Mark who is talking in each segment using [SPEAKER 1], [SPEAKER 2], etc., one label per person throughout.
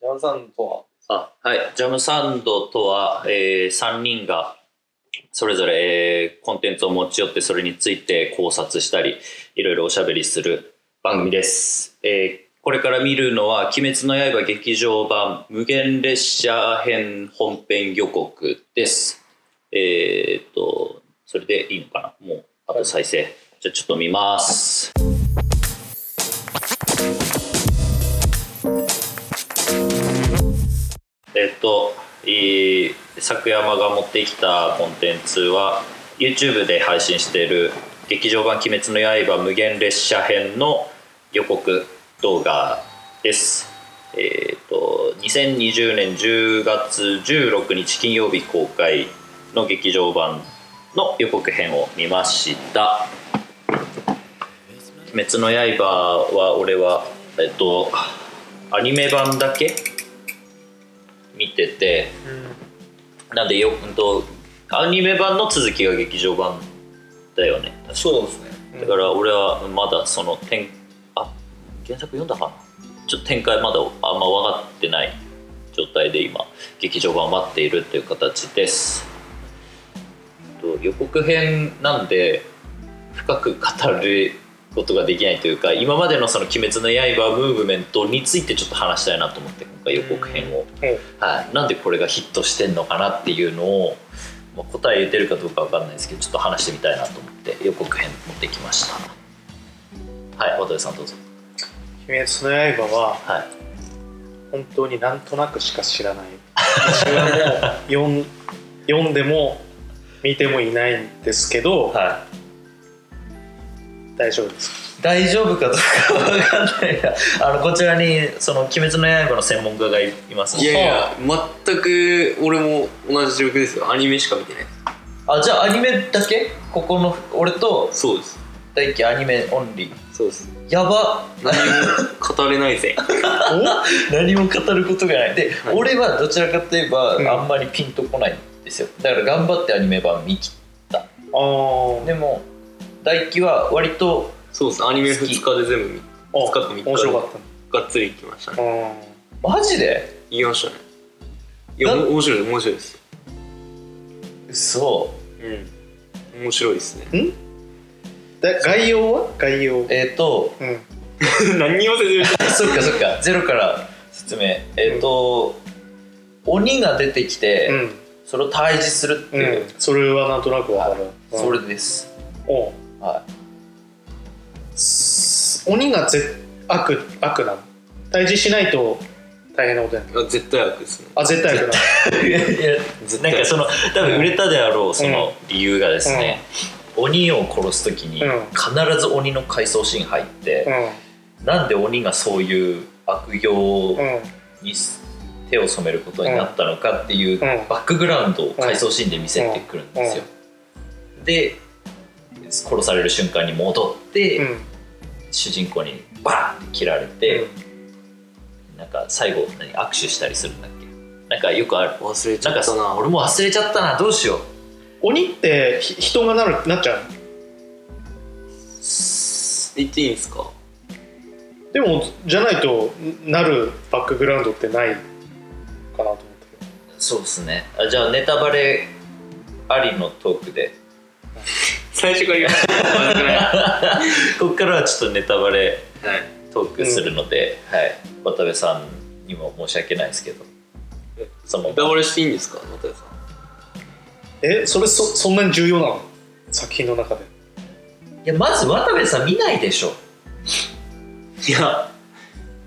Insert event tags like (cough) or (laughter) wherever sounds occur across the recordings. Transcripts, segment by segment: [SPEAKER 1] ジャムサンドとは
[SPEAKER 2] あはい、ジャムサンドとは、え3人がそれぞれ、えーコンテンツを持ち寄ってそれについて考察したりいろいろおしゃべりする番組です、えーこれから見るのは「鬼滅の刃」劇場版「無限列車編」本編予告ですえーっとそれでいいのかなもうあと再生じゃあちょっと見ますえっと、いい作山が持ってきたコンテンツは YouTube で配信している「劇場版鬼滅の刃無限列車編」の予告動画です。えっと2020年10月16日金曜日公開の劇場版の予告編を見ました。鬼滅の刃は俺はえっとアニメ版だけ見ててなんでよ、うんと、アニメ版の続きが劇場版だよね。
[SPEAKER 1] そうですね
[SPEAKER 2] だから俺はまだその展あ原作読んだかなちょっと展開まだあんま分かってない状態で今劇場版を待っているという形です。と予告編なんで深く語ることができないというか今までの「その鬼滅の刃」ムーブメントについてちょっと話したいなと思って今回予告編を
[SPEAKER 1] うん
[SPEAKER 2] はい、なんでこれがヒットしてんのかなっていうのを、まあ、答え言ってるかどうかわかんないですけどちょっと話してみたいなと思って予告編持ってきましたはい渡部さんどうぞ
[SPEAKER 1] 「鬼滅の刃」は
[SPEAKER 2] はい
[SPEAKER 1] 本当になんとなくしか知らない一応もう読ん読んでも見てもいないんですけど、
[SPEAKER 2] は
[SPEAKER 1] 大丈夫です
[SPEAKER 2] い大丈夫かどうかわかんない (laughs) があのこちらに「その鬼滅の刃」の専門家がいます
[SPEAKER 3] いやいや全く俺も同じ状況ですよアニメしか見てない
[SPEAKER 2] あじゃあアニメだけここの俺と
[SPEAKER 3] そうです
[SPEAKER 2] 大輝アニメオンリー
[SPEAKER 3] そうです
[SPEAKER 2] やば
[SPEAKER 3] 何も語れない (laughs) ぜ
[SPEAKER 2] (laughs) 何も語ることがないで、
[SPEAKER 3] はい
[SPEAKER 2] 俺はどちらかといえば、
[SPEAKER 1] うん
[SPEAKER 2] あんまりピンとこないんですよだから頑張ってアニメ版見切った
[SPEAKER 1] ああ
[SPEAKER 2] でも大輝は割と
[SPEAKER 3] そうですアニメ2
[SPEAKER 2] 好
[SPEAKER 3] 日
[SPEAKER 2] き
[SPEAKER 3] で全部見
[SPEAKER 1] 面
[SPEAKER 3] 使ってもいい
[SPEAKER 1] 白かっ
[SPEAKER 3] がっつり行きました
[SPEAKER 1] た
[SPEAKER 3] ね
[SPEAKER 1] ね
[SPEAKER 2] マジで
[SPEAKER 3] 行きましたねいや
[SPEAKER 2] な
[SPEAKER 3] も面白い面白いです
[SPEAKER 2] そ
[SPEAKER 3] うん面白いですね
[SPEAKER 1] うんだ概要は概要
[SPEAKER 2] うえっ、と
[SPEAKER 1] うん
[SPEAKER 3] (laughs) 何にも説明してない
[SPEAKER 2] そっかそっかゼロから説明えっ、と、鬼が出てきて、
[SPEAKER 1] うん、
[SPEAKER 2] それを退治するっていう、
[SPEAKER 1] それはなんとなくわかる、うん
[SPEAKER 2] それです、
[SPEAKER 1] おう
[SPEAKER 2] はい
[SPEAKER 1] す鬼がぜ悪悪なの退治しないと大変なことやな
[SPEAKER 3] あ (laughs) 絶対悪ですね
[SPEAKER 1] あ絶対悪なの (laughs)
[SPEAKER 2] いやいや
[SPEAKER 3] 絶
[SPEAKER 2] (laughs) なん
[SPEAKER 3] 対
[SPEAKER 2] かその多分売れたであろうその理由がですね、鬼を殺す時に
[SPEAKER 1] うん
[SPEAKER 2] 必ず鬼の回想シーン入って、
[SPEAKER 1] う
[SPEAKER 2] なんで鬼がそういう悪行
[SPEAKER 1] んうん
[SPEAKER 2] に手を染めることになったのかっていう
[SPEAKER 1] うん
[SPEAKER 2] バックグラウンドを回想シーンで見せてくるんですよ。で殺される瞬間に戻って、
[SPEAKER 1] うん
[SPEAKER 2] 主人公にバーンって切られて、なんか最後何握手したりするんだっけなんかよくある
[SPEAKER 3] 忘れち
[SPEAKER 2] なんか
[SPEAKER 3] ゃったな
[SPEAKER 2] 俺も忘れちゃったなどうしよう
[SPEAKER 1] 鬼ってひ人がなるなっちゃう
[SPEAKER 3] 言っていいんですか
[SPEAKER 1] でもじゃないとなるバックグラウンドってないかなと思って
[SPEAKER 2] そうですねあじゃあネタバレありのトークで
[SPEAKER 3] 最初から言わないとまずくない (laughs) は
[SPEAKER 2] ここからはちょっとネタバレ
[SPEAKER 3] い
[SPEAKER 2] トークするので、はい、渡部さんにも申し訳ないですけど
[SPEAKER 3] え
[SPEAKER 2] その
[SPEAKER 3] ネタバレしていいんですか又吉さん
[SPEAKER 1] えそれそそんなに重要なの作品の中で
[SPEAKER 2] いやまず渡部さん見ないでしょ
[SPEAKER 3] いや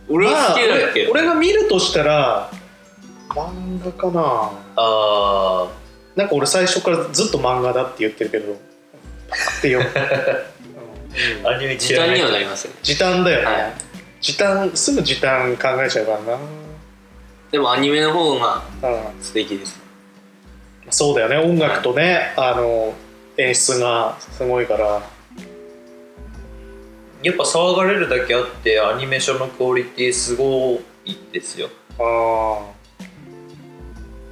[SPEAKER 3] 俺は好きだけ
[SPEAKER 1] 俺
[SPEAKER 3] ど
[SPEAKER 1] 俺が見るとしたら漫画かな
[SPEAKER 2] あ
[SPEAKER 1] なんか俺最初からずっと漫画だって言ってるけどパカって
[SPEAKER 3] (laughs)
[SPEAKER 1] 読む
[SPEAKER 2] ーアニメ
[SPEAKER 3] 時
[SPEAKER 2] 嫌い
[SPEAKER 3] 短
[SPEAKER 2] な
[SPEAKER 3] に
[SPEAKER 2] 人
[SPEAKER 3] はなりません
[SPEAKER 1] 時短だよね、
[SPEAKER 3] はい
[SPEAKER 1] 時短すぐ時短考えちゃうからな、う
[SPEAKER 3] でもアニメの方が
[SPEAKER 1] ん、
[SPEAKER 3] 素敵です
[SPEAKER 1] そうだよね音楽とねあの演出がすごいから
[SPEAKER 2] やっぱ騒がれるだけあってアニメーションのクオリティすごいですよ
[SPEAKER 1] あー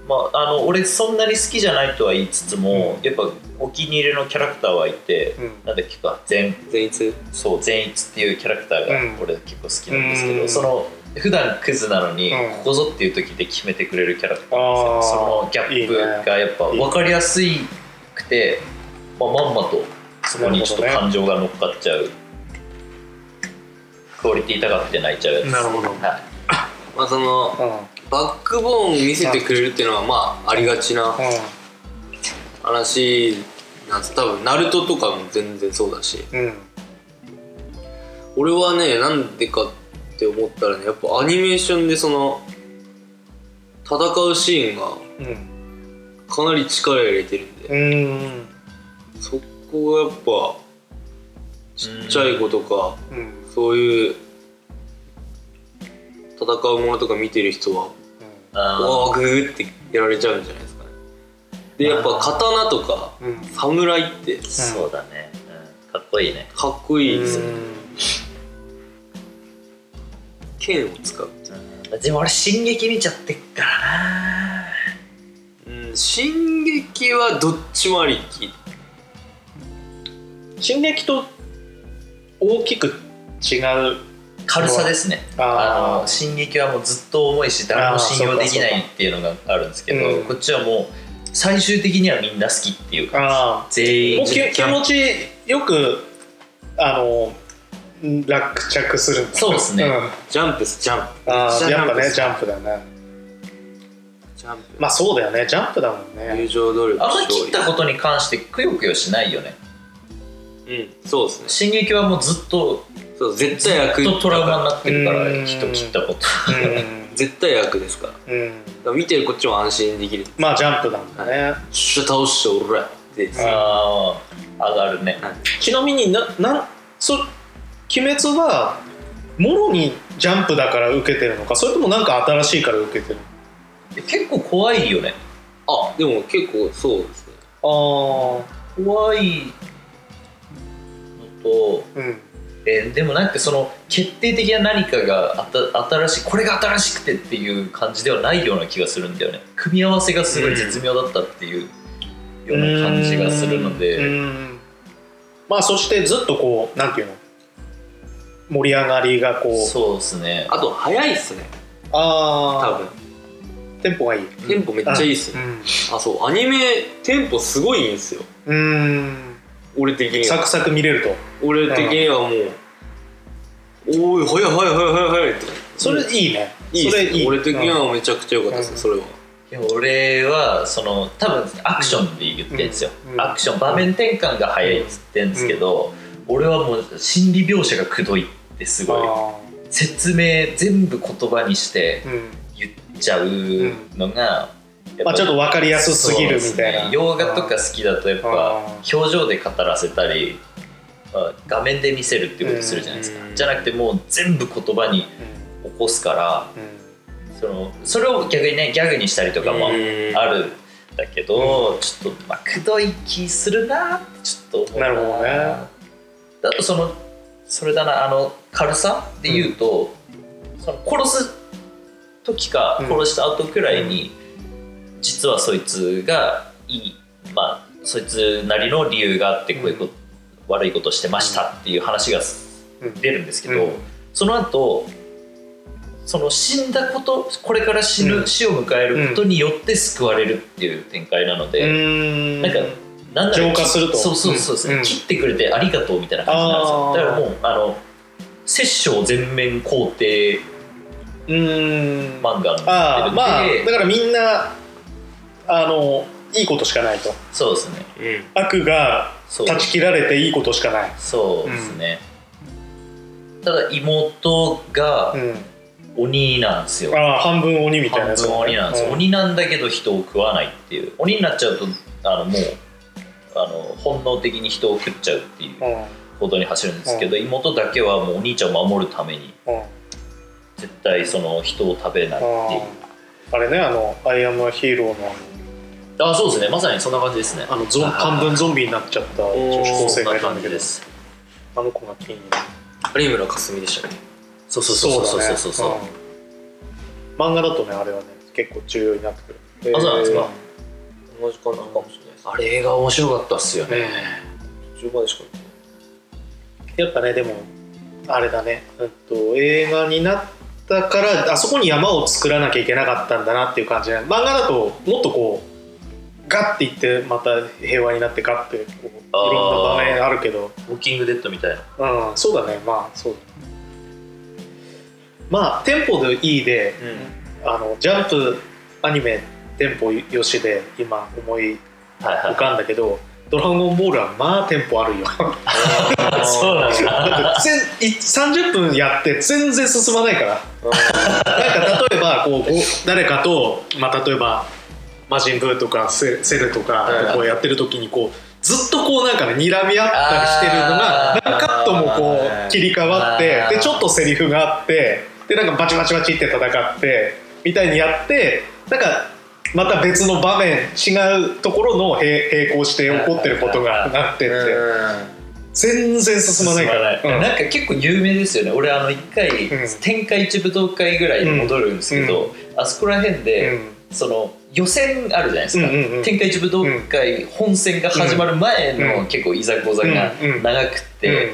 [SPEAKER 2] まあ、あの俺そんなに好きじゃないとは言いつつも、
[SPEAKER 1] う
[SPEAKER 2] やっぱお気に入りのキャラクターはいて、
[SPEAKER 1] うん
[SPEAKER 2] なんだっけか全
[SPEAKER 3] 善逸
[SPEAKER 2] そう善逸っていうキャラクターが
[SPEAKER 1] うん
[SPEAKER 2] 俺結構好きなんですけど、
[SPEAKER 1] うん
[SPEAKER 2] その普段クズなのに、
[SPEAKER 1] うん
[SPEAKER 2] ここぞっていう時で決めてくれるキャラとか
[SPEAKER 1] あー
[SPEAKER 2] そのギャップがやっぱ
[SPEAKER 1] いいね
[SPEAKER 2] 分かりやすいくて、まあ、まんまとそこにちょっと
[SPEAKER 1] なるほ
[SPEAKER 2] 感情が乗っかっちゃう、クオリティ高くて泣いちゃうやつ
[SPEAKER 1] なるほど
[SPEAKER 2] はい
[SPEAKER 3] まあその
[SPEAKER 1] うんうん
[SPEAKER 3] バックボーンを見せてくれるっていうのはまあありがちな話なんです多分ナルトとかも全然そうだし
[SPEAKER 1] うん
[SPEAKER 3] 俺はねなんでかって思ったらねやっぱアニメーションでその戦うシーンが
[SPEAKER 1] うん
[SPEAKER 3] かなり力入れてるんで
[SPEAKER 1] うん
[SPEAKER 3] そこがやっぱちっちゃい子とか
[SPEAKER 1] うん
[SPEAKER 3] そういう戦うものとか見てる人はう
[SPEAKER 2] あ
[SPEAKER 3] わーグーってやられちゃうんじゃないですかねでやっぱ刀とか
[SPEAKER 1] うんうん
[SPEAKER 3] 侍って
[SPEAKER 2] ーそうだね、うん、かっこいいね
[SPEAKER 3] かっこいいですよね
[SPEAKER 1] う
[SPEAKER 3] 剣を使う
[SPEAKER 2] でも俺「進撃」見ちゃってっからな
[SPEAKER 3] うん進撃はどっちもありき
[SPEAKER 1] ん進撃と大きく違う
[SPEAKER 2] 軽さですねあ
[SPEAKER 1] あ
[SPEAKER 2] の進撃はもうずっと重いし誰も信用できないっていうのがあるんですけ
[SPEAKER 1] あーそう
[SPEAKER 2] ど
[SPEAKER 1] かそうか
[SPEAKER 2] こっちはもう最終的にはみんな好きっていう
[SPEAKER 1] あ
[SPEAKER 2] か
[SPEAKER 1] ああ
[SPEAKER 2] 全
[SPEAKER 1] も
[SPEAKER 2] 員
[SPEAKER 1] うき気持ちよくあの落着するんだ
[SPEAKER 2] そうですね
[SPEAKER 1] ん、
[SPEAKER 3] ジャンプですジャンプ
[SPEAKER 1] あー
[SPEAKER 3] ジャ
[SPEAKER 1] や
[SPEAKER 3] ン
[SPEAKER 1] っ
[SPEAKER 3] プ
[SPEAKER 1] ぱ
[SPEAKER 3] で
[SPEAKER 1] ね
[SPEAKER 3] す
[SPEAKER 1] ジャンプだね
[SPEAKER 3] ジャンプ、
[SPEAKER 1] まあそうだよねジャンプだもん
[SPEAKER 3] 友
[SPEAKER 1] ね
[SPEAKER 3] 情努力
[SPEAKER 2] あんまり切ったことに関してくよくよしないよね
[SPEAKER 3] うんそうですね
[SPEAKER 2] 進撃はもうずっと
[SPEAKER 3] そう絶
[SPEAKER 2] ず
[SPEAKER 3] 対
[SPEAKER 2] っ
[SPEAKER 3] 役
[SPEAKER 2] とトラウマになってるか
[SPEAKER 1] う
[SPEAKER 2] ら
[SPEAKER 1] ん
[SPEAKER 2] 人切ったこと
[SPEAKER 3] 絶対役ですからだか
[SPEAKER 1] うん、うん、
[SPEAKER 3] ら見てるこっちも安心できる
[SPEAKER 1] まあジャンプなんだね、
[SPEAKER 3] シュ倒しておらって
[SPEAKER 1] ん
[SPEAKER 2] ああ上がるね
[SPEAKER 1] ちなみにななんそ鬼滅はもろにジャンプだから受けてるのかそれともなんか新しいから受けてる
[SPEAKER 2] 結構怖いよね
[SPEAKER 3] あでも結構そうですね
[SPEAKER 1] の
[SPEAKER 2] 怖いのと
[SPEAKER 1] ああうん
[SPEAKER 2] えーでもなんかその決定的な何かがあた新しいこれが新しくてっていう感じではないような気がするんだよね組み合わせがすごい絶妙だったっていうような感じがするの
[SPEAKER 1] う
[SPEAKER 2] で
[SPEAKER 1] んまあそしてずっとこうなんていうの盛り上がりがこう
[SPEAKER 2] そうですね
[SPEAKER 3] あと早いっすね多
[SPEAKER 1] あ
[SPEAKER 3] 分
[SPEAKER 1] あテンポがいい
[SPEAKER 2] ん
[SPEAKER 3] テンポめっちゃいいっす
[SPEAKER 1] う
[SPEAKER 3] ね
[SPEAKER 1] ん
[SPEAKER 3] あそうアニメテンポすごいんですよ
[SPEAKER 1] うーん
[SPEAKER 3] 俺的に
[SPEAKER 1] サ
[SPEAKER 3] は
[SPEAKER 1] クサク見れると
[SPEAKER 3] 俺的にはもうおーい早い早い早い早い早いって
[SPEAKER 1] それいいね、
[SPEAKER 3] いいっ
[SPEAKER 1] そ
[SPEAKER 3] す
[SPEAKER 1] れ
[SPEAKER 3] ね俺的にはめちゃくちゃ良かったです
[SPEAKER 1] う
[SPEAKER 3] ね
[SPEAKER 1] ん
[SPEAKER 3] それは
[SPEAKER 2] 俺はその多分アクションで言ってんですよ、
[SPEAKER 1] うんうん
[SPEAKER 2] アクション場面転換が早いっつってんですけど、俺はもう心理描写がくどいってす
[SPEAKER 1] うん
[SPEAKER 2] ごい
[SPEAKER 1] あ
[SPEAKER 2] 説明全部言葉にして
[SPEAKER 1] ーうん
[SPEAKER 2] 言っちゃうのが、やっぱ
[SPEAKER 1] まあちょっと分かりやすすぎるみたいな、
[SPEAKER 2] そうですね洋画とか好きだとやっぱ
[SPEAKER 1] あ
[SPEAKER 2] 表情で語らせたりまあ画面で見せるっていうことするじゃないですか
[SPEAKER 1] うん
[SPEAKER 2] じゃなくてもう全部言葉に
[SPEAKER 1] う
[SPEAKER 2] 起こすから
[SPEAKER 1] んうん
[SPEAKER 2] そのそれを逆にねギャグにしたりとかも
[SPEAKER 3] うん
[SPEAKER 2] あるんだけど、ちょっとまあくどい気するなってちょっと思う
[SPEAKER 1] なるほどね
[SPEAKER 2] だとそのそれだなあの軽さで言うと、その殺す時か
[SPEAKER 1] うん
[SPEAKER 2] 殺した後くらいに、実はそいつがいいまあそいつなりの理由があってこういうこと、悪いことしてましたっていう話が
[SPEAKER 1] うん
[SPEAKER 2] 出るんですけど、
[SPEAKER 1] うん
[SPEAKER 2] その後その死んだことこれから死ぬ、
[SPEAKER 1] うん
[SPEAKER 2] 死を迎えることによって救われるっていう展開なの
[SPEAKER 1] う
[SPEAKER 2] で、
[SPEAKER 1] ーん
[SPEAKER 2] なんかなんなら
[SPEAKER 1] 浄化すると
[SPEAKER 2] そうそうそうですね、
[SPEAKER 1] うん
[SPEAKER 2] 切ってくれてありがとうみたいな感じなんですよ
[SPEAKER 1] あー
[SPEAKER 2] だからもうあの殺生全面肯定
[SPEAKER 1] うーん
[SPEAKER 2] 漫画に
[SPEAKER 1] あ
[SPEAKER 2] な
[SPEAKER 1] あ
[SPEAKER 2] ってるんで、
[SPEAKER 1] まあだからみんなあのいいことしかないと
[SPEAKER 2] そうですね
[SPEAKER 3] うん
[SPEAKER 1] 悪が
[SPEAKER 2] そう
[SPEAKER 1] 断ち切られていいことしかない
[SPEAKER 2] そうですね、ただ妹が
[SPEAKER 1] うん
[SPEAKER 2] 鬼なんですよ、
[SPEAKER 1] ああ半分鬼みたいな
[SPEAKER 2] 半
[SPEAKER 1] やつ
[SPEAKER 2] 分鬼なんです、
[SPEAKER 1] うん
[SPEAKER 2] 鬼なんだけど人を食わないっていう鬼になっちゃうとあのもうあの本能的に人を食っちゃうっていう
[SPEAKER 1] うん
[SPEAKER 2] 行動に走るんですけど、妹だけはもうお兄ちゃんを守るために
[SPEAKER 1] うん
[SPEAKER 2] 絶対その人を食べないっていう
[SPEAKER 1] あれねあの「アイアム・ヒーローの」
[SPEAKER 2] あそうですねまさにそんな感じですね
[SPEAKER 1] あのゾン
[SPEAKER 2] あー
[SPEAKER 1] 半分ゾンビになっちゃった女子高
[SPEAKER 2] そ
[SPEAKER 1] 生
[SPEAKER 2] ん
[SPEAKER 1] が
[SPEAKER 2] ない
[SPEAKER 1] たん
[SPEAKER 2] 感
[SPEAKER 1] だ
[SPEAKER 2] じ
[SPEAKER 1] けど
[SPEAKER 2] です
[SPEAKER 1] あの子が気になる
[SPEAKER 3] 有村架純でしたね
[SPEAKER 2] そうそうそうそうそうそうそう、
[SPEAKER 1] だねうん漫画だとねあれはね結構重要になってくる
[SPEAKER 2] あそうなんですか
[SPEAKER 3] 同じかなかもしれないです
[SPEAKER 2] あれが面白かったっすよね
[SPEAKER 1] ね
[SPEAKER 3] 10までしか見て
[SPEAKER 1] やっぱねでもあれだねうんと映画になっだからあそこに山を作らなきゃいけなかったんだなっていう感じで漫画だともっとこうガッていってまた平和になってガッてこうい
[SPEAKER 4] あー
[SPEAKER 1] ろんな場面あるけど
[SPEAKER 2] ウォーキングデッドみたいな
[SPEAKER 1] うんそうだねまあそうだまあテンポでいいであのジャンプアニメテンポよしで今思い
[SPEAKER 4] はい
[SPEAKER 1] 浮
[SPEAKER 4] は
[SPEAKER 1] かんだけど「ドラゴンボール」はまあテンポあるよ
[SPEAKER 2] あそうなんだ
[SPEAKER 1] だって全い30分やって全然進まないからなんか例えばこうこう誰かと、まあ、例えば魔人ブーとかセセルと
[SPEAKER 2] う
[SPEAKER 1] か
[SPEAKER 2] ん
[SPEAKER 1] こうやってる時にこうずっとこうなんかね睨み合ったりしてるのが
[SPEAKER 2] あー
[SPEAKER 1] 何カットもこ
[SPEAKER 2] は
[SPEAKER 1] う
[SPEAKER 2] い
[SPEAKER 1] 切り替わっ
[SPEAKER 2] あ
[SPEAKER 1] て
[SPEAKER 2] ー
[SPEAKER 1] でちょっとセリフがあってでなんかバチバチバチって戦ってみたいにやってなんかまた別の場面違うところの並並行して起こってることがなってって全然進まないから。うん
[SPEAKER 2] なんか結構有名ですよね俺あの1回、
[SPEAKER 1] うん
[SPEAKER 2] 天下一武道会ぐらいに戻るんですけど、あそこら辺で、その予選あるじゃないですか、
[SPEAKER 1] うんうんうん
[SPEAKER 2] 天下一武道会本戦が始まる前
[SPEAKER 1] う
[SPEAKER 2] の
[SPEAKER 1] ん
[SPEAKER 2] 結構いざこざが
[SPEAKER 1] うん
[SPEAKER 2] 長くて、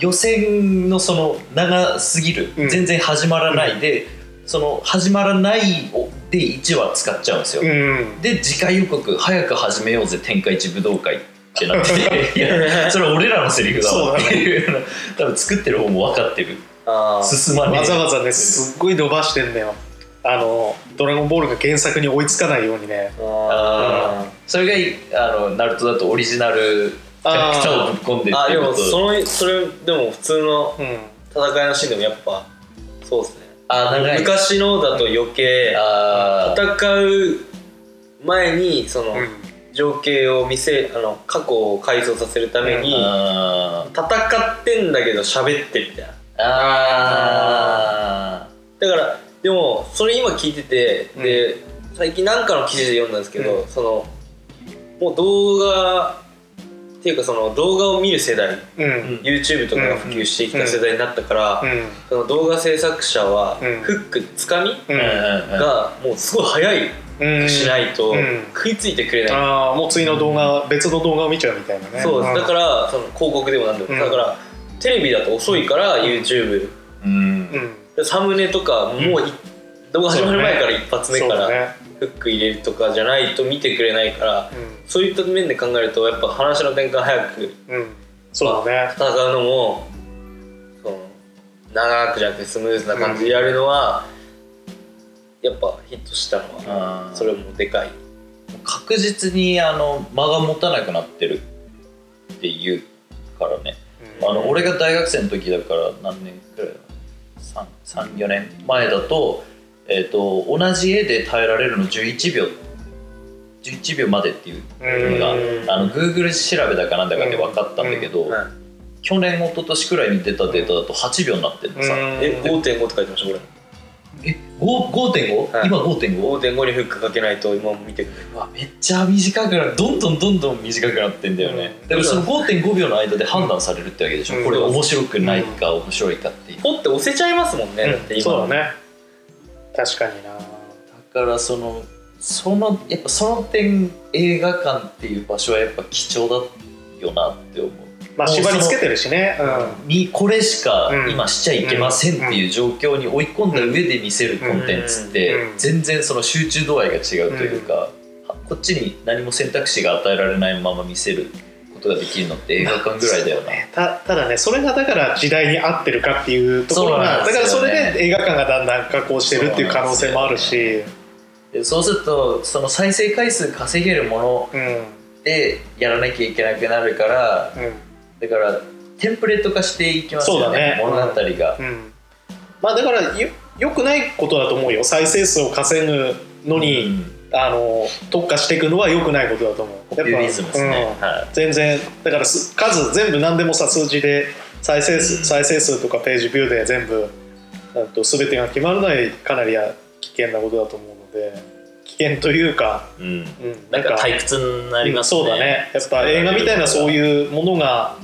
[SPEAKER 2] 予選のその長すぎる、
[SPEAKER 1] うん
[SPEAKER 2] 全然始まらないで、その始まらないをで1話使っちゃうんですよ、
[SPEAKER 1] うんうん
[SPEAKER 2] で次回予告早く始めようぜ天下一武道会ってなってて (laughs) いやそれは俺らのセリフだわっていうの多分作ってる方も分かってる
[SPEAKER 3] あー
[SPEAKER 2] 進まねえ
[SPEAKER 1] わざわざねすっごい伸ばしてんだよあの「ドラゴンボール」が原作に追いつかないようにね
[SPEAKER 3] あー
[SPEAKER 2] それがあのナルトだとオリジナルキャラクターをぶっ込んでっ
[SPEAKER 3] あ
[SPEAKER 2] てい
[SPEAKER 3] で
[SPEAKER 2] うこ
[SPEAKER 3] も
[SPEAKER 2] と
[SPEAKER 3] そのそれでも普通の
[SPEAKER 1] うん
[SPEAKER 3] 戦いのシーンでもやっぱそうですね
[SPEAKER 2] あ長い
[SPEAKER 3] 昔のだと余計
[SPEAKER 2] あー
[SPEAKER 3] 戦う前にその
[SPEAKER 1] うん
[SPEAKER 3] 情景を見せあの過去を改造させるために
[SPEAKER 2] あー
[SPEAKER 3] 戦ってんだけど喋ってるみたいな
[SPEAKER 2] あ
[SPEAKER 3] だからでもそれ今聞いてて、
[SPEAKER 1] うん
[SPEAKER 3] で最近なんかの記事で読んだんですけど、そのもう動画っていうかその動画を見る世代
[SPEAKER 1] うん、
[SPEAKER 3] YouTube とかが普及してきた世代になったから、
[SPEAKER 1] うん
[SPEAKER 3] その動画制作者は
[SPEAKER 1] うん
[SPEAKER 3] フックつかみ
[SPEAKER 1] う
[SPEAKER 2] ー
[SPEAKER 1] ん
[SPEAKER 3] がもうすごい速い
[SPEAKER 1] うん
[SPEAKER 3] しないと
[SPEAKER 1] うん
[SPEAKER 3] 食いついてくれない、
[SPEAKER 1] ああもう次の動画、別の動画を見ちゃうみたいなね
[SPEAKER 3] そうですだかららその広告でもなんでも、
[SPEAKER 1] うん
[SPEAKER 3] だからテレビだと遅いから YouTube、
[SPEAKER 2] うん
[SPEAKER 1] うん
[SPEAKER 3] サムネとかもうい、動画始まる前から一発目
[SPEAKER 1] そう
[SPEAKER 3] か
[SPEAKER 1] だ
[SPEAKER 3] ら
[SPEAKER 1] ね、
[SPEAKER 3] フック入れるとかじゃないと見てくれないから
[SPEAKER 1] うん
[SPEAKER 3] そういった面で考えるとやっぱ話の転換早く
[SPEAKER 1] うん、そうだね
[SPEAKER 3] 戦うのもその長くじゃなくてスムーズな感じでやるのは、やっぱヒットしたのは
[SPEAKER 2] あー
[SPEAKER 3] それもでかい
[SPEAKER 2] 確実にあの間が持たなくなってるっていうからねあの俺が大学生の時だから何年くらいだ34年前だと,、えー、と同じ絵で耐えられるの11秒11秒までっていうのが
[SPEAKER 1] うん
[SPEAKER 2] あの Google 調べだかなんだかで分かったんだけど、
[SPEAKER 3] うんはい
[SPEAKER 2] 去年一昨年くらいに出たデータだと8秒になってるのさ、
[SPEAKER 3] え
[SPEAKER 1] うん
[SPEAKER 3] 5.5って書いてましたこれ
[SPEAKER 2] え5 5.5、
[SPEAKER 3] はい
[SPEAKER 2] 今 5.5?
[SPEAKER 3] 5.5にフックかけないと今も見てくれないう
[SPEAKER 2] わめっちゃ短くなるどんどんどんどん短くなってんだよね、
[SPEAKER 1] うん
[SPEAKER 2] だからその5.5秒の間で判断されるってわけでしょ、
[SPEAKER 1] うん
[SPEAKER 2] これ面白くないか面白いかっていう、
[SPEAKER 3] ポって押せちゃいますもんね、だって
[SPEAKER 1] うん
[SPEAKER 3] 今
[SPEAKER 1] そうだね確かにな
[SPEAKER 2] だからそのそのやっぱその点映画館っていう場所はやっぱ貴重だよなって思う
[SPEAKER 1] まあ
[SPEAKER 2] もう
[SPEAKER 1] 縛りつけてるしねう
[SPEAKER 2] にこれしか
[SPEAKER 1] うん
[SPEAKER 2] 今しちゃいけませんっていう状況に追い込んだ上で見せるコンテンツって
[SPEAKER 1] うん
[SPEAKER 2] 全然その集中度合いが違うというかこっちに何も選択肢が与えられないまま見せることができるのって映画館ぐらいだよな。
[SPEAKER 1] たただねそれがだから時代に合ってるかっていうところが、だか
[SPEAKER 2] そうなん
[SPEAKER 1] ら
[SPEAKER 2] ですよ
[SPEAKER 1] そ
[SPEAKER 2] ね
[SPEAKER 1] れで映画館がだんだん加工してるっていう可能性もあるし
[SPEAKER 2] でそうするとその再生回数稼げるもの
[SPEAKER 1] うん
[SPEAKER 2] でやらなきゃいけなくなるから
[SPEAKER 1] う
[SPEAKER 2] だからテンプレート化していきますよね
[SPEAKER 1] そう
[SPEAKER 2] 物
[SPEAKER 1] だね
[SPEAKER 2] 語が。
[SPEAKER 1] んうんまあだからよよくないことだと思うよ再生数を稼ぐのに、
[SPEAKER 2] うん
[SPEAKER 1] あの特化していくのはよくないことだと思う
[SPEAKER 2] ポピュリズムですね。
[SPEAKER 1] うん
[SPEAKER 2] はい
[SPEAKER 1] 全然だからす数全部何でもさ数字で再生数,、
[SPEAKER 2] うん
[SPEAKER 1] 再生数とかページビューで全部えっと全てが決まらないかなりや危険なことだと思うので危険というか、
[SPEAKER 2] うん
[SPEAKER 1] うん
[SPEAKER 4] い。なんか退屈になりますね。
[SPEAKER 1] うんそうだねやっぱ映画みたいなそういうものが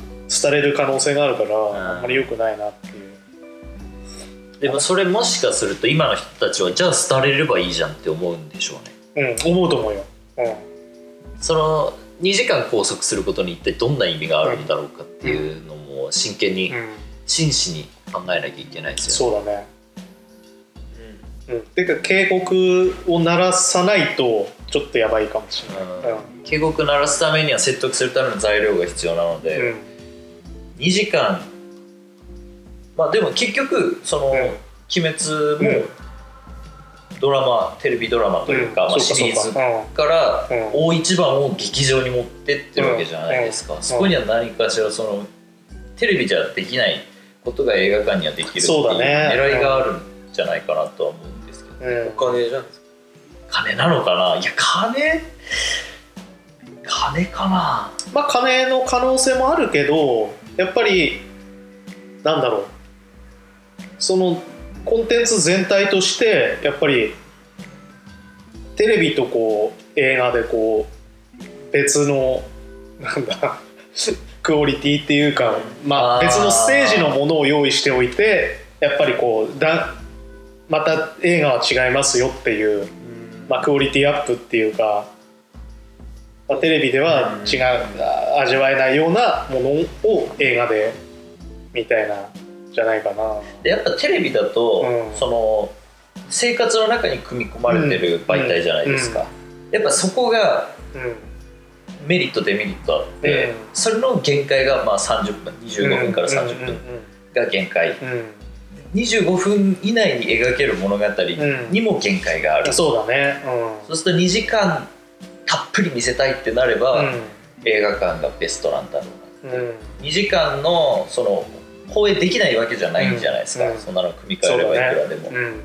[SPEAKER 1] 廃れる可能性があるから、あんまり良くないなっていう
[SPEAKER 4] でもそれもしかすると今の人たちはじゃあ廃れればいいじゃんって思うんでしょうね。
[SPEAKER 1] うん思うと思うよ、うん
[SPEAKER 4] その2時間拘束することに一体どんな意味があるんだろうかっていうのも真剣に
[SPEAKER 1] うん
[SPEAKER 4] 真摯に考えなきゃいけないですよね。
[SPEAKER 1] そうだねうん、てか警告を鳴らさないとちょっとやばいかもしれない、
[SPEAKER 2] 警告鳴らすためには説得するための材料が必要な
[SPEAKER 1] う
[SPEAKER 2] の
[SPEAKER 1] んう
[SPEAKER 2] で、
[SPEAKER 1] ん
[SPEAKER 2] 2時間まあでも結局その「
[SPEAKER 1] うん
[SPEAKER 2] 鬼滅」もドラマテレビドラマというか、まあ、シリーズから
[SPEAKER 1] うん
[SPEAKER 2] 大一番を劇場に持ってってるわけじゃないですか、
[SPEAKER 1] ん
[SPEAKER 2] そこには何かしらそのテレビじゃできないことが映画館にはできるっていう
[SPEAKER 1] そうだね
[SPEAKER 2] 狙いがあるんじゃないかなとは思うんですけど、
[SPEAKER 1] うんうん
[SPEAKER 3] お金じゃん
[SPEAKER 2] 金なのかないや金金かな
[SPEAKER 1] まあ金の可能性もあるけどやっぱりなんだろうそのコンテンツ全体としてやっぱりテレビとこう映画でこう別のなんだクオリティっていうか、まあ、
[SPEAKER 2] あー
[SPEAKER 1] 別のステージのものを用意しておいてやっぱりこうだまた映画は違いますよっていうまあ、クオリティアップっていうか、まあ、テレビでは違う、あ味わえないようなものを映画でみたいなじゃないかな。
[SPEAKER 2] でやっぱテレビだと、
[SPEAKER 1] うん
[SPEAKER 2] その生活の中に組み込まれてる媒体じゃないですか、やっぱそこが
[SPEAKER 1] うん
[SPEAKER 2] メリットデメリットあって、
[SPEAKER 1] うん
[SPEAKER 2] それの限界がまあ30分25分から30
[SPEAKER 1] うん
[SPEAKER 2] 分が限界
[SPEAKER 1] うんうん
[SPEAKER 2] 25分以内に描ける物語
[SPEAKER 1] ん
[SPEAKER 2] にも限界がある、
[SPEAKER 1] うん
[SPEAKER 2] そ
[SPEAKER 1] そうだね。
[SPEAKER 2] うすると2時間たっぷり見せたいってなれば、
[SPEAKER 1] う
[SPEAKER 2] 映画館がベストなんだろうなん
[SPEAKER 1] うんうん
[SPEAKER 2] 2時間のその放映できないわけじゃないんじゃないですか、
[SPEAKER 1] うん
[SPEAKER 2] そんなの組み替
[SPEAKER 1] そ
[SPEAKER 2] え
[SPEAKER 1] う
[SPEAKER 2] ればいく
[SPEAKER 1] だね
[SPEAKER 2] らでも、
[SPEAKER 1] うん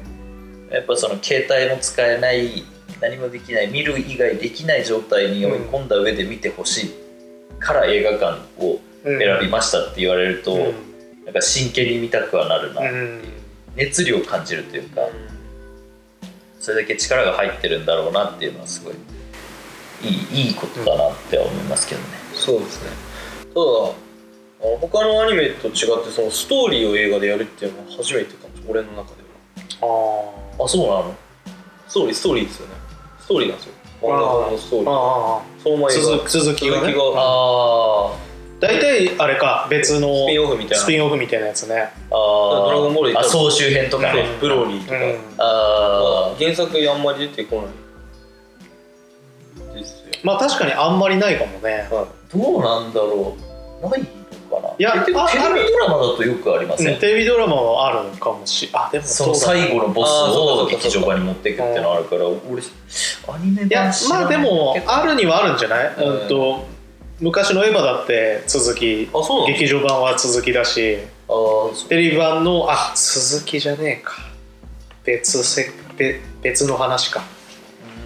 [SPEAKER 2] やっぱその携帯も使えない何もできない見る以外できない状態に追い込んだ上で見てほしいから映画館を
[SPEAKER 1] うん
[SPEAKER 2] 選びましたって言われると、
[SPEAKER 1] うん
[SPEAKER 2] なんか真剣に見たくはなるな、
[SPEAKER 1] うん
[SPEAKER 2] 熱量を感じるというかそれだけ力が入ってるんだろうなっていうのはすごいいいいいことだなって思いますけどね、
[SPEAKER 3] そうですねただあの他のアニメと違ってそのストーリーを映画でやるっていうのは初めてかもしれない俺の中で
[SPEAKER 1] あー
[SPEAKER 2] あそうなの
[SPEAKER 3] はストーリーストーリーですよねストーリーなんですよ
[SPEAKER 1] あー
[SPEAKER 3] 漫画のストーリー
[SPEAKER 1] あ
[SPEAKER 3] その
[SPEAKER 1] ー
[SPEAKER 3] 前が
[SPEAKER 1] 続続きが
[SPEAKER 3] 続き
[SPEAKER 1] ね
[SPEAKER 3] が
[SPEAKER 2] あ
[SPEAKER 1] 大体あれか別の
[SPEAKER 3] スピンオフみたい
[SPEAKER 1] ス
[SPEAKER 3] な
[SPEAKER 1] ピンオフみたいなやつね
[SPEAKER 2] ーあ
[SPEAKER 3] ドラゴンボールで
[SPEAKER 2] あ
[SPEAKER 3] 言ったら
[SPEAKER 2] 総集編とかね
[SPEAKER 3] そうブローリーとか、
[SPEAKER 1] うん
[SPEAKER 2] あ
[SPEAKER 3] 原作あんまり出てこないですよ
[SPEAKER 1] まあ確かにあんまりないかもね
[SPEAKER 2] ーどうなんだろうないのかない
[SPEAKER 1] いや
[SPEAKER 2] テレビ
[SPEAKER 1] あある
[SPEAKER 2] ドラマだとよくありません、
[SPEAKER 1] うんテレビドラマはあるかもしあでも
[SPEAKER 2] その
[SPEAKER 1] そうだ
[SPEAKER 2] 最後のボス
[SPEAKER 3] あーそ
[SPEAKER 2] を
[SPEAKER 3] うかそうか
[SPEAKER 2] 劇場版に持っていくっていうのはあるから俺アニメ版
[SPEAKER 1] いや
[SPEAKER 2] 知ら
[SPEAKER 1] まあ
[SPEAKER 2] な
[SPEAKER 1] で
[SPEAKER 2] い
[SPEAKER 1] も
[SPEAKER 2] 結構
[SPEAKER 1] あるにはあるんじゃない、
[SPEAKER 2] うん
[SPEAKER 1] うん、と昔のエヴァだって続き
[SPEAKER 3] あそうなの
[SPEAKER 1] 劇場版は続きだし
[SPEAKER 2] あーそう
[SPEAKER 1] テレビ版のあ続きじゃねえか別せ別別の話か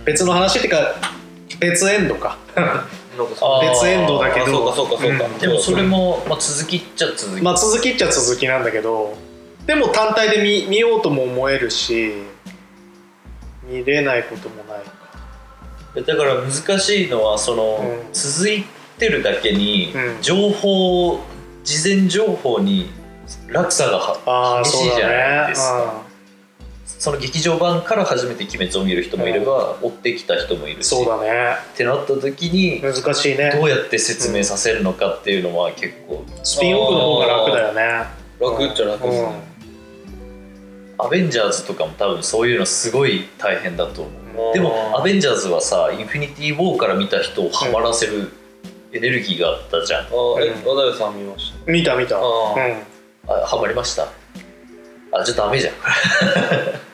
[SPEAKER 1] 別の話ってか別エンドか
[SPEAKER 3] なんか
[SPEAKER 2] あ
[SPEAKER 3] そ
[SPEAKER 2] ー
[SPEAKER 1] 別エンドだけ
[SPEAKER 3] あそう
[SPEAKER 1] ど
[SPEAKER 3] かそうかそうか、
[SPEAKER 1] うん
[SPEAKER 2] でもそれも、まあ、続きっちゃ続き、
[SPEAKER 1] まあ続きっちゃ続きなんだけどでも単体で見見ようとも思えるし見れないこともないか
[SPEAKER 2] だから難しいのはその、
[SPEAKER 1] うん
[SPEAKER 2] 続いてるだけに、
[SPEAKER 1] うん
[SPEAKER 2] 情報事前情報に落差が
[SPEAKER 1] あ
[SPEAKER 2] は
[SPEAKER 1] あ
[SPEAKER 2] 激し
[SPEAKER 1] そ
[SPEAKER 2] いうじゃな
[SPEAKER 1] だ
[SPEAKER 2] い
[SPEAKER 1] ね
[SPEAKER 2] ですかその劇場版から初めて「鬼滅」を見る人もいれば、追ってきた人もいる
[SPEAKER 1] うん
[SPEAKER 2] し
[SPEAKER 1] そうだね
[SPEAKER 2] ってなった時に、
[SPEAKER 1] 難しいね
[SPEAKER 2] どうやって説明させるのかっていうのは結構
[SPEAKER 1] スピンオフの方が楽だよね
[SPEAKER 3] 楽っちゃ楽ですね、
[SPEAKER 2] アベンジャーズとかも多分そういうのすごい大変だと思う
[SPEAKER 1] うん
[SPEAKER 2] でもアベンジャーズはさインフィニティ・ウォーから見た人をハマらせるエネルギーがあったじゃん
[SPEAKER 3] あーえ
[SPEAKER 1] うん
[SPEAKER 3] 渡部さん見ました
[SPEAKER 1] 見た見た、
[SPEAKER 3] あ
[SPEAKER 1] う
[SPEAKER 3] ー
[SPEAKER 1] ん、
[SPEAKER 2] あハマりましたあじゃあダメじゃん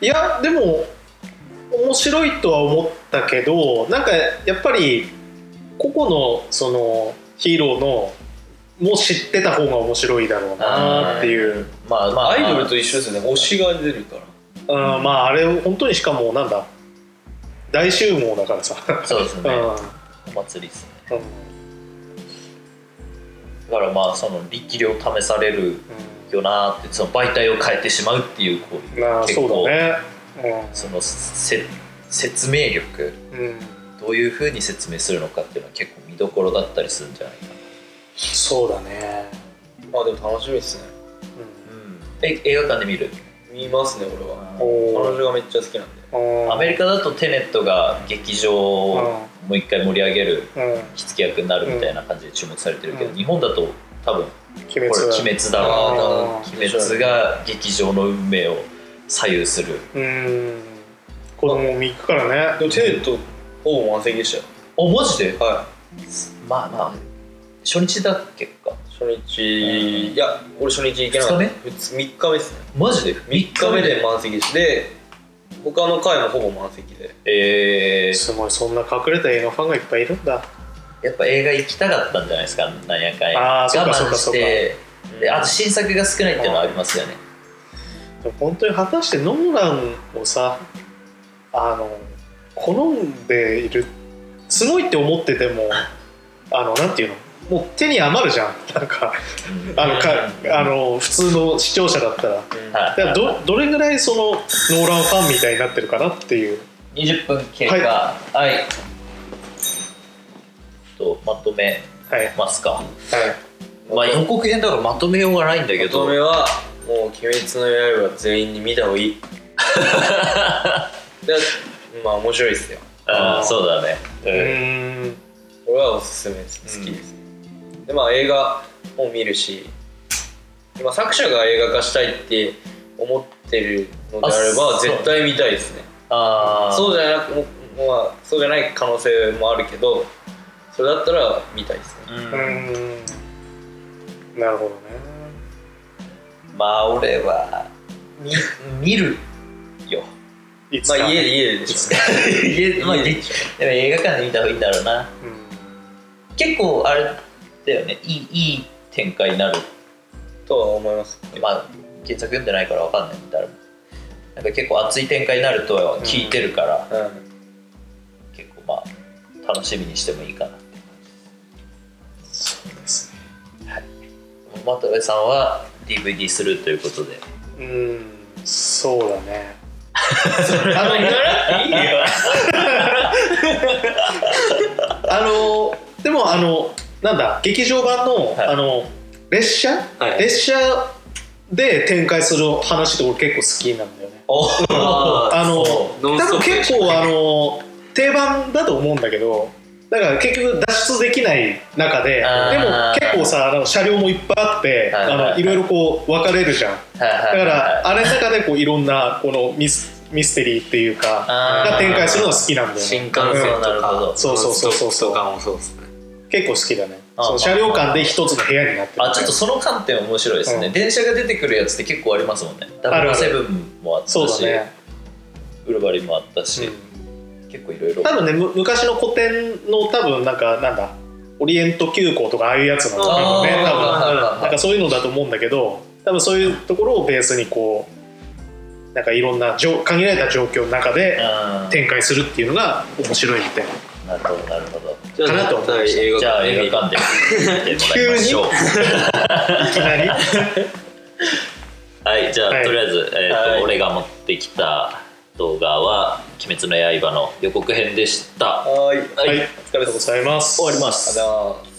[SPEAKER 1] いやでも面白いとは思ったけどなんかやっぱり個々のそのヒーローのも知ってた方が面白いだろうなっていう、
[SPEAKER 2] まあまあ
[SPEAKER 3] アイドルと一緒ですね推しが出るから
[SPEAKER 1] うんまああれ本当にしかもなんだ大集合だからさ、
[SPEAKER 2] そうです
[SPEAKER 1] う
[SPEAKER 2] ね、
[SPEAKER 1] ん
[SPEAKER 2] お祭りですね
[SPEAKER 1] うん
[SPEAKER 2] だからまあその力量試されるよなーってその媒体を変えてしまうっていうこう
[SPEAKER 1] うん、まあ
[SPEAKER 2] 結
[SPEAKER 1] そ
[SPEAKER 2] 構
[SPEAKER 1] うだね、
[SPEAKER 2] そのせ説明力
[SPEAKER 1] うんうん、
[SPEAKER 2] どういうふうに説明するのかっていうのは結構見どころだったりするんじゃないかな、
[SPEAKER 1] そうだね、
[SPEAKER 3] まあでも楽しみですね
[SPEAKER 1] うん
[SPEAKER 2] え映画館で見る
[SPEAKER 3] 見ますね俺は彼
[SPEAKER 1] おー
[SPEAKER 3] 女がめっちゃ好きなんで
[SPEAKER 1] うん
[SPEAKER 2] アメリカだとテネットが劇場をもう一回盛り上げる
[SPEAKER 1] うん、鬼
[SPEAKER 2] 火付け役になるみたいな感じで注目されてるけど、
[SPEAKER 1] うん
[SPEAKER 2] 日本だと多分これ
[SPEAKER 1] 滅
[SPEAKER 2] 「鬼滅」だわ
[SPEAKER 1] あー
[SPEAKER 2] 「鬼滅」が劇場の運命を左右する
[SPEAKER 1] うん子供も行くからね
[SPEAKER 3] でもテネットほぼ満席でし
[SPEAKER 2] あマジで
[SPEAKER 3] たよは
[SPEAKER 2] まあまあ初日だっけか
[SPEAKER 3] い初日いや俺初日行けなかった
[SPEAKER 2] 二日
[SPEAKER 3] 二日目 ?3 日目ですね
[SPEAKER 2] マジで
[SPEAKER 3] 3日目で満席でして他の回もほぼ満席で
[SPEAKER 2] え
[SPEAKER 1] すごいそんな隠れた映画ファンがいっぱいいるんだ
[SPEAKER 2] ー、やっぱ映画行きたかったんじゃないですかなんやかんや
[SPEAKER 1] あーそっか
[SPEAKER 2] 我
[SPEAKER 1] そっ
[SPEAKER 2] 慢
[SPEAKER 1] かそ
[SPEAKER 2] し
[SPEAKER 1] っか
[SPEAKER 2] てであと新作が少ないっていうのはありますよね
[SPEAKER 1] でも本当に果たしてノーランをさあの好んでいるすごいって思ってて
[SPEAKER 2] (laughs)
[SPEAKER 1] もあのなんていうのもう手に余るじゃんなんかあのかあの普通の視聴者だったら
[SPEAKER 2] は
[SPEAKER 1] だからどどれぐらいそのノーランファンみたいになってるかなっていう
[SPEAKER 2] 20分経過はい、とまとめ
[SPEAKER 1] はいはい
[SPEAKER 2] ますかまあ予告編だからまとめようがないんだけ
[SPEAKER 3] まと
[SPEAKER 2] ど
[SPEAKER 3] めはもう「鬼滅の刃」全員に見た方がい
[SPEAKER 2] (laughs)
[SPEAKER 3] いでまあ面白いですよ
[SPEAKER 2] あーそうだね、
[SPEAKER 1] うーん
[SPEAKER 3] 俺はおすすめです好きです、でまあ映画も見るし、でまあ、作者が映画化したいって思ってるのであれば
[SPEAKER 2] あそう
[SPEAKER 3] 絶対見たいですね
[SPEAKER 2] ああ
[SPEAKER 3] そうじゃなくもうまあそうじゃない可能性もあるけどそれだったら見たいですね、
[SPEAKER 1] うーんなるほどね
[SPEAKER 2] まあ俺はみ見る (laughs) よ
[SPEAKER 1] いつ
[SPEAKER 3] ま
[SPEAKER 1] か、
[SPEAKER 3] あ家で家ででしょ
[SPEAKER 2] 家 (laughs) まあ劇でも映画館で見た方がいいんだろうな
[SPEAKER 1] うん
[SPEAKER 2] 結構あれだよねいいいい展開になる
[SPEAKER 3] とは思います
[SPEAKER 2] まあ原作読んでないからわかんないんだろうなんか結構熱い展開になるとは聞いてるから、
[SPEAKER 3] うん
[SPEAKER 2] 結構まあ楽しみにしてもいいかなって
[SPEAKER 1] そうですね
[SPEAKER 2] 真壁さんは DVD するということで
[SPEAKER 1] うーんそうだね
[SPEAKER 3] あの
[SPEAKER 2] (laughs)
[SPEAKER 3] いいよ
[SPEAKER 1] あのでもあのなんだ劇場版の,、
[SPEAKER 2] はい
[SPEAKER 1] あの列車、
[SPEAKER 5] はい
[SPEAKER 1] 列車で展開する話って俺結構好きなんだよね
[SPEAKER 5] あ
[SPEAKER 1] あの
[SPEAKER 5] ノ
[SPEAKER 1] 多
[SPEAKER 5] ンスト
[SPEAKER 1] 分
[SPEAKER 5] ップで
[SPEAKER 1] 結構あの定番だと思うんだけどだから結局脱出できない中でで
[SPEAKER 2] あー
[SPEAKER 1] も結構さあの車両もいっぱいあって、
[SPEAKER 2] はいはいは
[SPEAKER 1] あ
[SPEAKER 2] い
[SPEAKER 1] のいろいろこう分かれるじゃん
[SPEAKER 2] はいは
[SPEAKER 1] だ
[SPEAKER 2] い
[SPEAKER 1] か
[SPEAKER 2] はい
[SPEAKER 1] ら
[SPEAKER 2] は
[SPEAKER 1] あれの中でこういろんなこのミスミステリーっていうか
[SPEAKER 2] あー
[SPEAKER 1] が展開するのが好きなんだよね
[SPEAKER 5] 新幹線と
[SPEAKER 2] なるほ
[SPEAKER 5] か
[SPEAKER 2] ど
[SPEAKER 1] そうそうそうそうそう
[SPEAKER 5] ノンストップとかもそうですね
[SPEAKER 1] 結構好きだね
[SPEAKER 2] あー
[SPEAKER 1] その車両間で一つの部屋になってる
[SPEAKER 2] あちょっとその観点面白いですね、
[SPEAKER 1] うん
[SPEAKER 2] 電車が出てくるやつって結構ありますもんね
[SPEAKER 1] あるある
[SPEAKER 2] 007もあったし
[SPEAKER 1] そうだね、
[SPEAKER 2] ウルバリンもあったし、
[SPEAKER 1] うん
[SPEAKER 2] 結構いろいろ
[SPEAKER 1] 多分ねむ昔の古典の多分なんかなんだオリエント急行とかああいうやつなの
[SPEAKER 2] あ
[SPEAKER 1] 多
[SPEAKER 2] ー
[SPEAKER 1] 分ね多分
[SPEAKER 2] はいはいはい
[SPEAKER 1] なんかそういうのだと思うんだけど多分そういうところをベースにこうなんかいろんなじょ限られた状況の中で
[SPEAKER 2] うん
[SPEAKER 1] 展開するっていうのが面白いみたいな
[SPEAKER 2] なるほどなるほど
[SPEAKER 5] じゃあ
[SPEAKER 1] かなと
[SPEAKER 5] 絶対映画
[SPEAKER 2] じゃあ映画館で見てもらいまし
[SPEAKER 1] (laughs)
[SPEAKER 2] ょう
[SPEAKER 1] いきな
[SPEAKER 2] (laughs)
[SPEAKER 1] り
[SPEAKER 2] はいじゃあ、
[SPEAKER 1] はい
[SPEAKER 2] とりあえず、えーと
[SPEAKER 3] はい
[SPEAKER 2] 俺が持ってきた動画は「鬼滅の刃」の予告編でした
[SPEAKER 3] はーい
[SPEAKER 1] はいお疲れでございます
[SPEAKER 2] 終わります
[SPEAKER 3] ありがとうございます